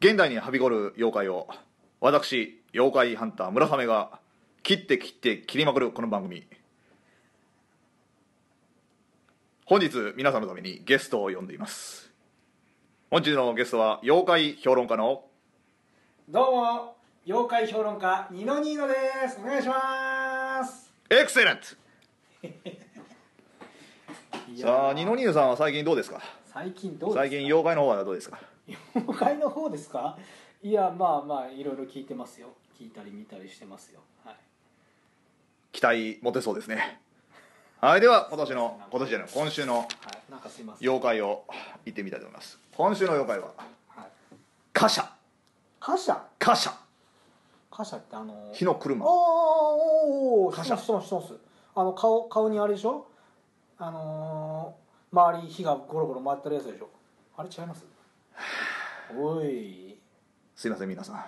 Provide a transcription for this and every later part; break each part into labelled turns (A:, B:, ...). A: 現代にはびこる妖怪を私妖怪ハンター村雨が切って切って切りまくるこの番組本日皆さんのためにゲストを呼んでいます本日のゲストは妖怪評論家の
B: どうも妖怪評論家ニノニーノですお願いします
A: エクセレント
B: いやー
A: さあ二ノ二ノさんは最近どうですか
B: 最近どうですか
A: 最近妖怪の方はどうですか
B: 妖怪の方ですかいやまあまあいろいろ聞いてますよ聞いたり見たりしてますよはい
A: 期待持てそうですねはいでは今年の今年じゃない今週の
B: はいなんかすいません
A: 妖怪を言ってみたいと思います今週の妖怪は
B: はい
A: 貨車
B: 貨車
A: 貨車
B: 貨車ってあのー
A: 火の車
B: あーおーおー
A: 貨
B: 知って
A: 車
B: ます知ってます知ってますあの顔顔にあれでしょあのー、周り火がゴロゴロ回ってるやつでしょあれ違 いますおい
A: すいません皆さん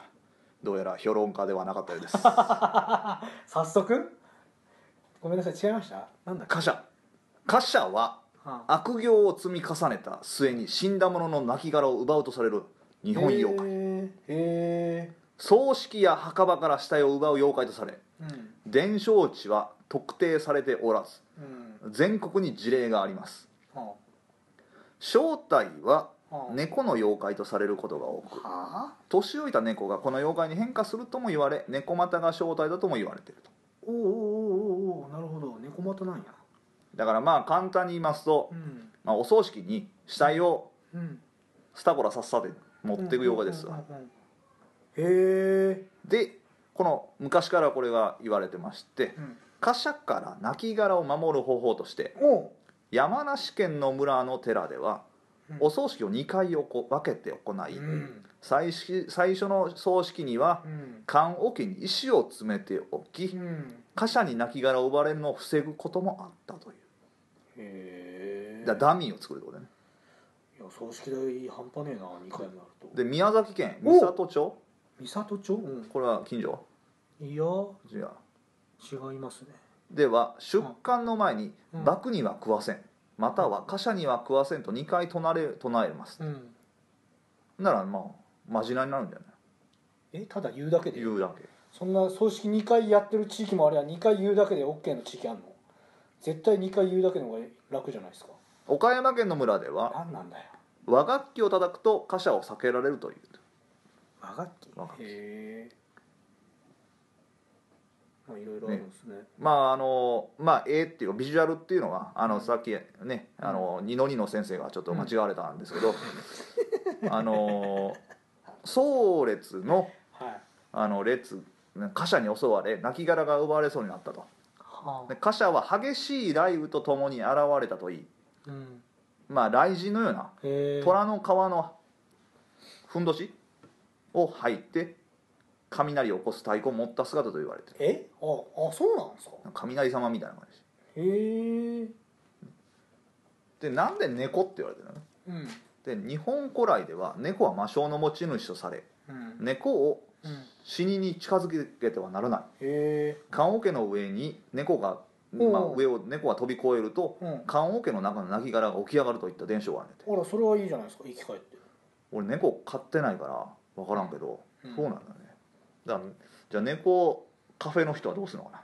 A: どうやら評論家ではなかったようです
B: 早速ごめんなさい違いましたなんだっけ
A: 貨車貨車は
B: はあ
A: 悪行を積み重ねた末に死んだ者の亡骸を奪うとされる日本妖怪
B: へえへ
A: 葬式や墓場から死体を奪う妖怪とされ
B: えうん
A: 伝承地は特定されておらず
B: うん
A: 全国に事例があります
B: は
A: 正体は
B: あはあ
A: 猫の妖怪とされることが多く
B: はあ
A: 年老いた猫がこの妖怪に変化するとも言われ猫股が正体だとも言われていると
B: おーおーおーおーなるほど猫股なんや
A: だからまあ簡単に言いますと
B: う、ん
A: まあ、お葬式に死体を
B: うん
A: スタコラさっさで持っていく妖怪ですわ
B: うんうんうんへえ
A: でこの昔からこれが言われてまして
B: うん
A: 貨車から亡骸を守る方法として
B: おう
A: 山梨県の村の寺では
B: うん
A: お葬式を2回おこ分けて行い、
B: うん
A: 最し最初の葬式には
B: うん
A: 棺桶に石を詰めておき、
B: うん
A: 貨車に亡骸を奪われるのを防ぐこともあったという
B: へえ
A: だからダミーを作るってことね
B: いや葬式代半端ねえな2回もやると
A: で
B: で
A: 宮崎県
B: お
A: 美郷町
B: 三郷町うん
A: これは近所
B: いや
A: 違う
B: 違いますね
A: では出棺の前に
B: う
A: 「
B: ん
A: 幕には食わせん」または「貨車には食わせん」と2回唱え唱えます
B: うん
A: ならまあまじないになるんじゃない
B: えただ言うだけで
A: 言うだけ
B: そんな葬式2回やってる地域もあれば2回言うだけで OK の地域あんの絶対2回言うだけの方が楽じゃないですか
A: 岡山県の村では
B: 何なんだよ
A: 和楽器を叩くと貨車を避けられるという
B: 和楽器
A: 和楽器
B: へえまあいろいろあるんですね
A: まああのまあ絵っていうかビジュアルっていうのはあ
B: う
A: の
B: ん
A: さっきねあの二の二の先生がちょっと間違われたんですけ ど、あの葬列の
B: はい
A: あの列貨車に襲われ亡骸が奪われそうになったと
B: は
A: で貨車は激しい雷雨とともに現れたといい
B: あ、うん、
A: まあ雷神のような
B: へえ
A: 虎の皮のふんどしを履いて雷を起こす太鼓を持った姿と言われてる
B: えああそうなんですか
A: 雷様みたいな感
B: へえ
A: じでなんで猫って言われてるの
B: うん
A: で日本古来では猫は魔性の持ち主とされ
B: うん、
A: 猫を
B: うん、
A: 死にに近づけてはならない
B: へえ
A: 棺桶の上に猫が、まあ
B: おう
A: 上を猫が飛び越えると
B: うんあ
A: 棺桶の中の亡骸が起き上がるといった伝承があるんて
B: らそれはいいじゃないですか生き返って
A: 俺猫飼ってないから分からんけど、
B: うん
A: そうなんだねだからじゃあ猫カフェの人はどうするのか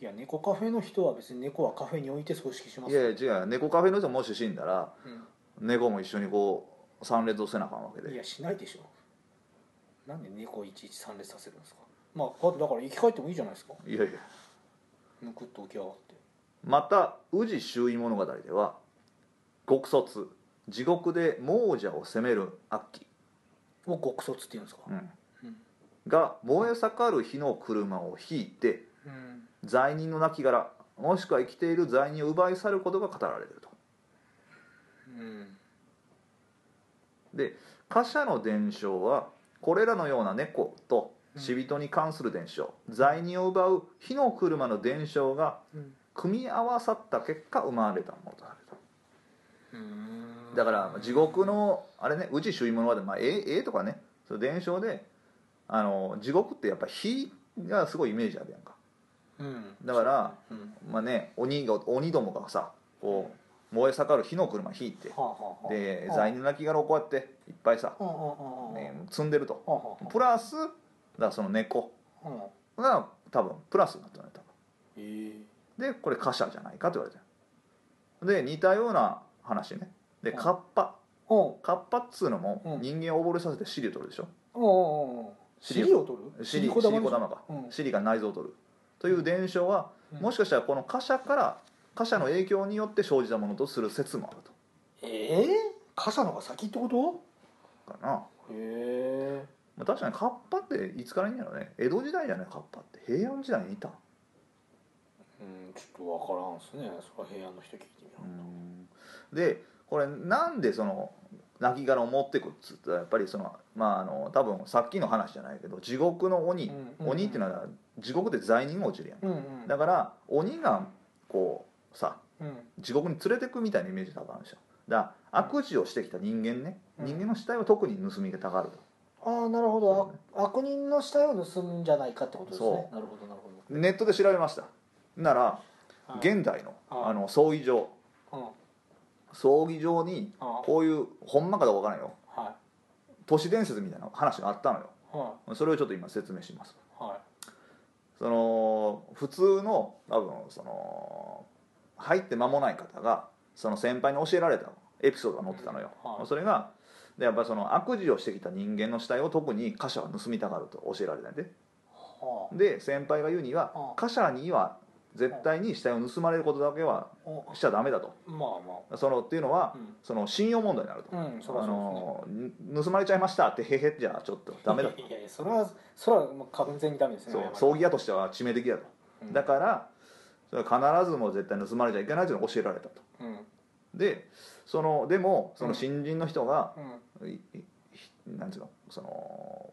B: いや猫カフェの人は別に猫はカフェに置いて葬式しま
A: ない
B: す
A: やいや違うよ猫カフェの人もし死んだら
B: うん
A: 猫も一緒にこう参列をせなあかんわけ
B: い
A: で
B: やしないでしょなんで猫をいちいち参列させるんですかまあだから生き返ってもいいじゃないですか
A: いやいや
B: ぬくっと起き上がって
A: また「宇治周囲物語」では極卒地獄で亡者を責める悪鬼、
B: を極卒って言うんですか
A: うん
B: うん
A: が燃え盛る火の車を引いて
B: うん
A: 罪人の亡きらもしくは生きている罪人を奪い去ることが語られていると
B: うん
A: で貨車の伝承はこれらのような猫と死人に関する伝承、罪人を奪う火の車の伝承が
B: うん
A: 組み合わさった結果生まれたものとされた
B: うん
A: だから地獄のあれね宇治周囲物語まあ絵絵とかねその伝承であの地獄ってやっぱ火がすごいイメージあるやんか
B: うん
A: だから
B: うん
A: まあね鬼が鬼どもがさこう燃え盛る火の車火って
B: はあはあはあ
A: で
B: はあ
A: 罪人の亡骸をこうやっていっぱいさ、
B: うんうんうんうん
A: ね、積んでると
B: はあは
A: プラスだからその猫
B: あはあ
A: が多分プラスになってない多
B: うんえ
A: 分でこれ貨車じゃないかと言われてるで似たような話ねで
B: うん
A: カッパ
B: えうん
A: カッパっつうのも
B: うん
A: 人間を溺れさせて尻を取るでしょ
B: うんうんうん
A: 尻を
B: 尻を取る
A: 尻尻
B: こ
A: 子
B: だ
A: 玉
B: ま
A: か
B: うん
A: 尻が内臓を取るという伝承は
B: うん
A: もしかしたらこの貨車から貨車の影響によって生じたものとする説もある
B: ええ傘の方が先ってこと
A: とかな
B: へえ
A: まあ確かにカッパっていつからいんやろね江戸時代じゃないカッパって平安時代にいた
B: うんちょっとわからんっすねそこは平安の人聞いてみよ
A: でこれなんでその亡骸を持ってくっつったらやっぱりそのまああの多分さっきの話じゃないけど地獄の鬼、
B: うんうん
A: 鬼っていうのは地獄で罪人が落ちるやん、
B: ううんうん
A: だから鬼がこうさ
B: うん
A: 地獄に連れてくみたいなイメージだからんでしょだから悪事をしてきた人間ね、
B: うん
A: 人間の死体は特に盗みがたがると
B: ああなるほどあ悪人の死体を盗むんじゃないかってことですね
A: そう
B: なるほどなるほど
A: ネットで調べましたなら
B: はい
A: 現代の
B: はい
A: あの葬儀場
B: うんあ
A: 葬儀場に
B: あ
A: こういうほんまかどうかわからんよ
B: はい
A: 都市伝説みたいな話があったのよ
B: は
A: それをちょっと今説明します
B: いは
A: その普通の多分その入って間もない方がその先輩に教えられたエピソードが載ってたのよ、
B: うんはい
A: それがでやっぱりその悪事をしてきた人間の死体を特に貨車は盗みたがると教えられたんで
B: いは
A: で先輩が言うには
B: うん
A: 貨車には絶対に死体を盗まれることだけは
B: あお
A: しちゃダメだと
B: まあまあ
A: そのっていうのは、
B: うん
A: その信用問題になると、
B: うんそりゃ
A: あ
B: そう
A: の盗まれちゃいましたってへへじゃちょっとダメだと
B: いやいやそれはそれはもう完全にダメですね
A: そう
B: 謝る
A: 葬儀屋としては致命的だと、
B: うん
A: だからそれは必ずもう絶対盗まれちゃいけないというのを教えられたと
B: うん
A: でそのでもその新人の人が、
B: うん
A: いいひなんつうのその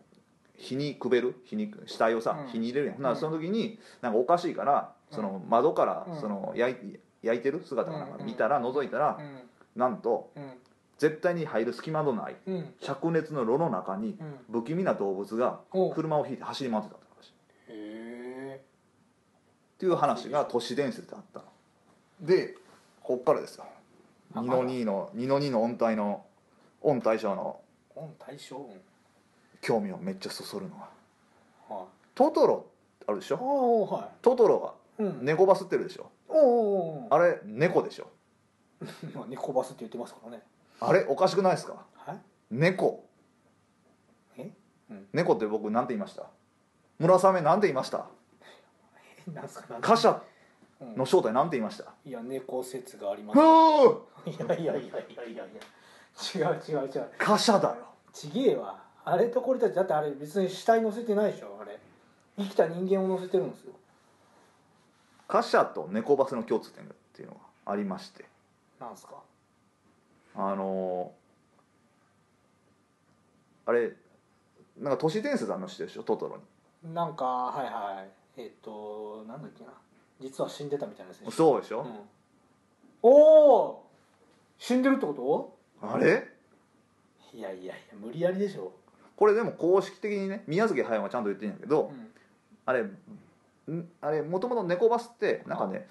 A: 火にくべる火に死体をさ、
B: うん
A: 火に入れるやん、
B: うん
A: なその時になんかおかしいからその窓から
B: うん
A: その焼い焼いてる姿がなんか見たら覗いた
B: う
A: ら、
B: ん
A: なんと
B: うん
A: 絶対に入る隙間のない
B: うん
A: 灼熱の炉の中に
B: うん
A: 不気味な動物が
B: おへ
A: 車を引いて走り回ってたって話
B: え
A: っていう話が都市伝説であったのでこっからですよ
B: あ
A: 二の二の二の二の音体の音大将の
B: 本大将軍
A: 興味をめっちゃそそるのが
B: はい
A: トトロあるでし
B: あ
A: ょ
B: あは
A: トトロ
B: い、う
A: が
B: ん、
A: 猫バスってるでしょ
B: おおお
A: あれ猫でしょ
B: まあ猫バスって言ってますからね
A: あれおかしくないですか
B: はい
A: 猫
B: え、うん、
A: 猫って僕なんて言いました村雨なんて言いました
B: えなんすかなんすか
A: 貨車
B: うん
A: の正体なんて言いました
B: いや猫説がありま
A: ふう
B: すいやいやいやいやいやいや違う違う違う
A: 貨車だよ
B: ちげえわあれとこれたちだってあれ別に死体乗せてないでしょあれ生きた人間を乗せてるんですよ
A: 貨車と猫バスの共通点っていうのがありまして
B: なんすか
A: あのーあれなんか都市伝説あの人でしょトトロ
B: なんかはいはいえっ、となんだっけな実は死んでたみたいなやつで
A: に
B: しょ
A: そうでしょ
B: う、ん、おお死んでるってこ
A: あれ
B: といやいやいや無理やりでしょ、
A: これでも公式的にね宮崎駿がちゃんと言ってんやけど、
B: うん
A: あれんあれもともと猫バスってなんかね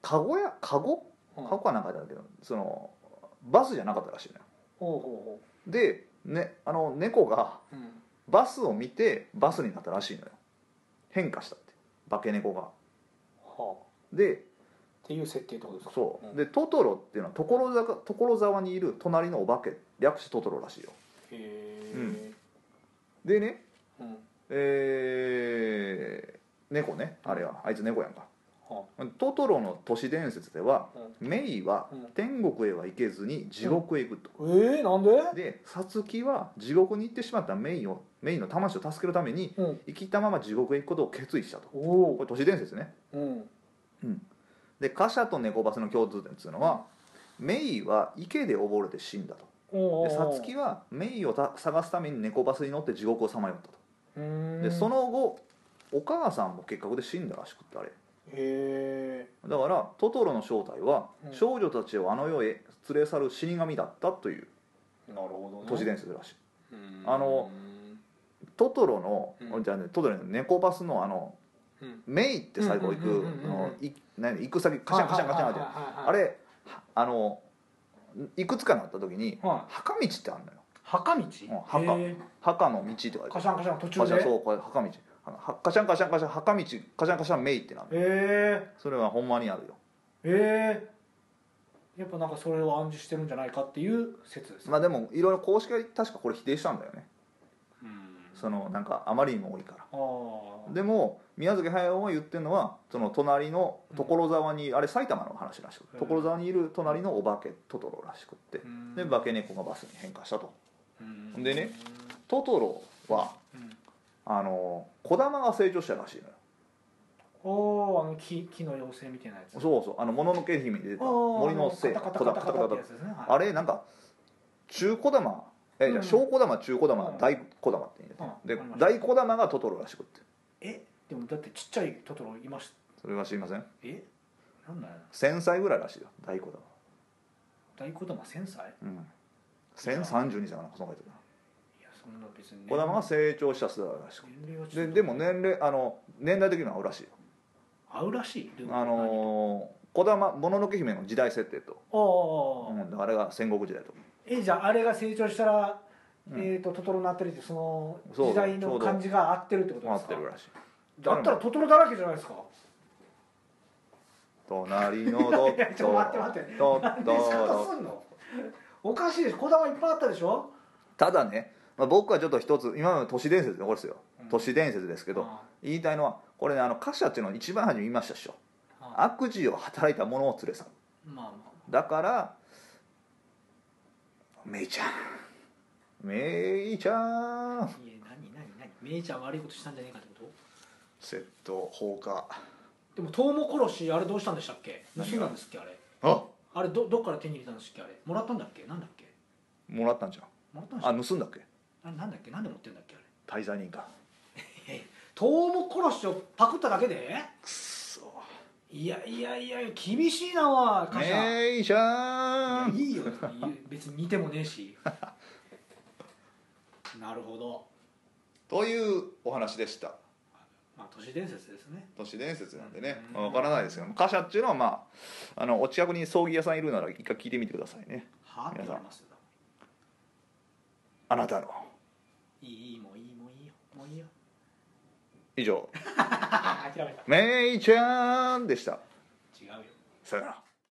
A: カゴやカゴ
B: うん
A: カゴかなんかだけどそのバスじゃなかったらしいのよ
B: ほうほ
A: で、ね、あの猫が
B: うほう、うん、
A: バスを見てバスになったらしいのよ変化したって化け猫が
B: はあ
A: で
B: っていう設定ってことですか
A: そう、
B: ん
A: でトトロっていうのは所沢所沢にいる隣のお化け略してトトロらしいよ
B: へえ
A: でね
B: うん、
A: えー猫ねあれはあいつ猫やんか
B: は
A: トトロの都市伝説では
B: あ、うん
A: メイは
B: うん
A: 天国へは行けずに地獄へ行くと、
B: えー、なんで
A: でサツキは地獄に行ってしまったメイをメイの魂を助けるために
B: うん
A: 生きたまま地獄へ行くことを決意したと
B: お
A: こ
B: お
A: れ都市伝説ね
B: うん
A: で貨車と猫バスの共通点っていうのはメイは池で溺れて死んだと
B: お
A: でさつき
B: は
A: はメイをた探すために猫バスに乗って地獄をさまよったと、
B: で
A: でその後お母さんも結核で死んだらしくってあれ
B: へえ
A: だからトトロの正体は、
B: うん
A: 少女たちをあの世へ連れ去る死神だったという
B: なるほどね
A: 都市伝説らしい、
B: うん
A: あのトトロの、
B: うん
A: じゃあねトトロの猫バスのあの
B: うん
A: メイって最後行く
B: うんうんうんうん
A: のい何行く先カシャンカシャンカシャンカシャンって
B: あ
A: あれあのいくつかなった時に
B: は
A: 墓道ってあるのよ
B: 墓道
A: ん墓
B: へ
A: 墓の道って書いてある
B: ーカシャンカシャン途
A: カ
B: 中
A: シ
B: で
A: ャン
B: へ
A: そうこれ墓道あのはカシャンカシャンカシャン墓道カシャンカシャンメイってなる
B: え
A: それはほんまにあるよ
B: ええやっぱなんかそれを暗示してるんじゃないかっていう説ですね
A: まあでもいろいろ公式は確かこれ否定したんだよね
B: うん
A: そのなんかあまりにも多いから
B: あー
A: でも宮崎駿が言ってるのはその隣の所沢に、あれ埼玉の話らしく
B: うん
A: 所沢にいる隣のお化けトトロらしくって
B: う、ん
A: で化け猫がバスに変化したと
B: うん
A: でねトトロは
B: うん
A: あの子玉が成長したらしいのよ
B: おおあの木木の妖精みたいなやつ
A: そうそうあの「もののけ姫」に出てた森のせい
B: いカタカタカタカタってやつですねはい
A: あれなんか中小玉えじゃ
B: う
A: あ
B: ん
A: 小小玉中小玉、
B: うん
A: 大小玉って言うんだ
B: うん
A: で
B: わかりました
A: 大小玉がトトロらしくって
B: えでもだってちっちゃいトトロいました
A: それは知りません
B: えなんだよ
A: 1000歳ぐらいらしいよ大小玉
B: 大子玉1000歳
A: うん1032歳かなその書いてた
B: いやそんな別に
A: 小玉が成長した姿らしく
B: 年齢はちょ
A: で
B: っと
A: でも年齢あの年代的には合うらしいよ
B: 合うらしいでも
A: あのー小玉もののけ姫の時代設定と、
B: ああ、
A: うんであれが戦国時代と
B: えじゃああれが成長したら、
A: うん
B: えー、とトトロになってるってその
A: そう
B: 時代
A: ちょ
B: の
A: うど
B: 感じが合ってるってこと
A: 合
B: で
A: っ
B: す
A: て
B: か
A: るらしい
B: だったらトトロだらけじゃないですか
A: 隣のド
B: いや
A: ッ
B: ちょっと待って待って
A: ト
B: なんで仕方
A: ト
B: すんのおかしいでしょ子供いっぱいあったでしょ
A: ただね、まあ、僕はちょっと一つ今の都市伝説でこれですよ
B: うん
A: 都市伝説ですけど、
B: あ
A: 言いたいのはこれねあの歌詞っていうのを一番初め言いましたでしょ
B: あ
A: 悪事を働いた者を連れ去る
B: まあまあ
A: だからメイちゃんメイちゃん
B: いや何何何メイちゃん悪いことしたんじゃねえかってこと
A: 窃盗放火
B: でもトウモコロシあれどうしたんでしたっけ盗
A: 何が
B: んだんですっけあれ
A: あ
B: あれどどっから手に入れたんですっけあれもらったんだっけなんだっけ
A: もらったんじゃん
B: もらったんでし
A: あ盗
B: ょ
A: んだっけ
B: あれなんだっけなんで持ってんだっけあれ
A: 滞在人か
B: トウモコロシをパクっただけで
A: くっそ
B: いやいやいや厳しいなわカシャ、
A: メイちゃ
B: い
A: ん
B: やいいよ別に似てもねえしなるほど
A: というお話でした
B: まあ都市伝説ですね
A: 都市伝説なんでね
B: うん
A: わからないですけども貨車っていうのはまああのお近くに葬儀屋さんいるなら一回聞いてみてくださいね
B: はあって言われますよ
A: あなたの
B: いいいいもういいもういいよもういいよ
A: 以上
B: 諦めた
A: メイちゃんでした
B: 違うよ
A: さよなら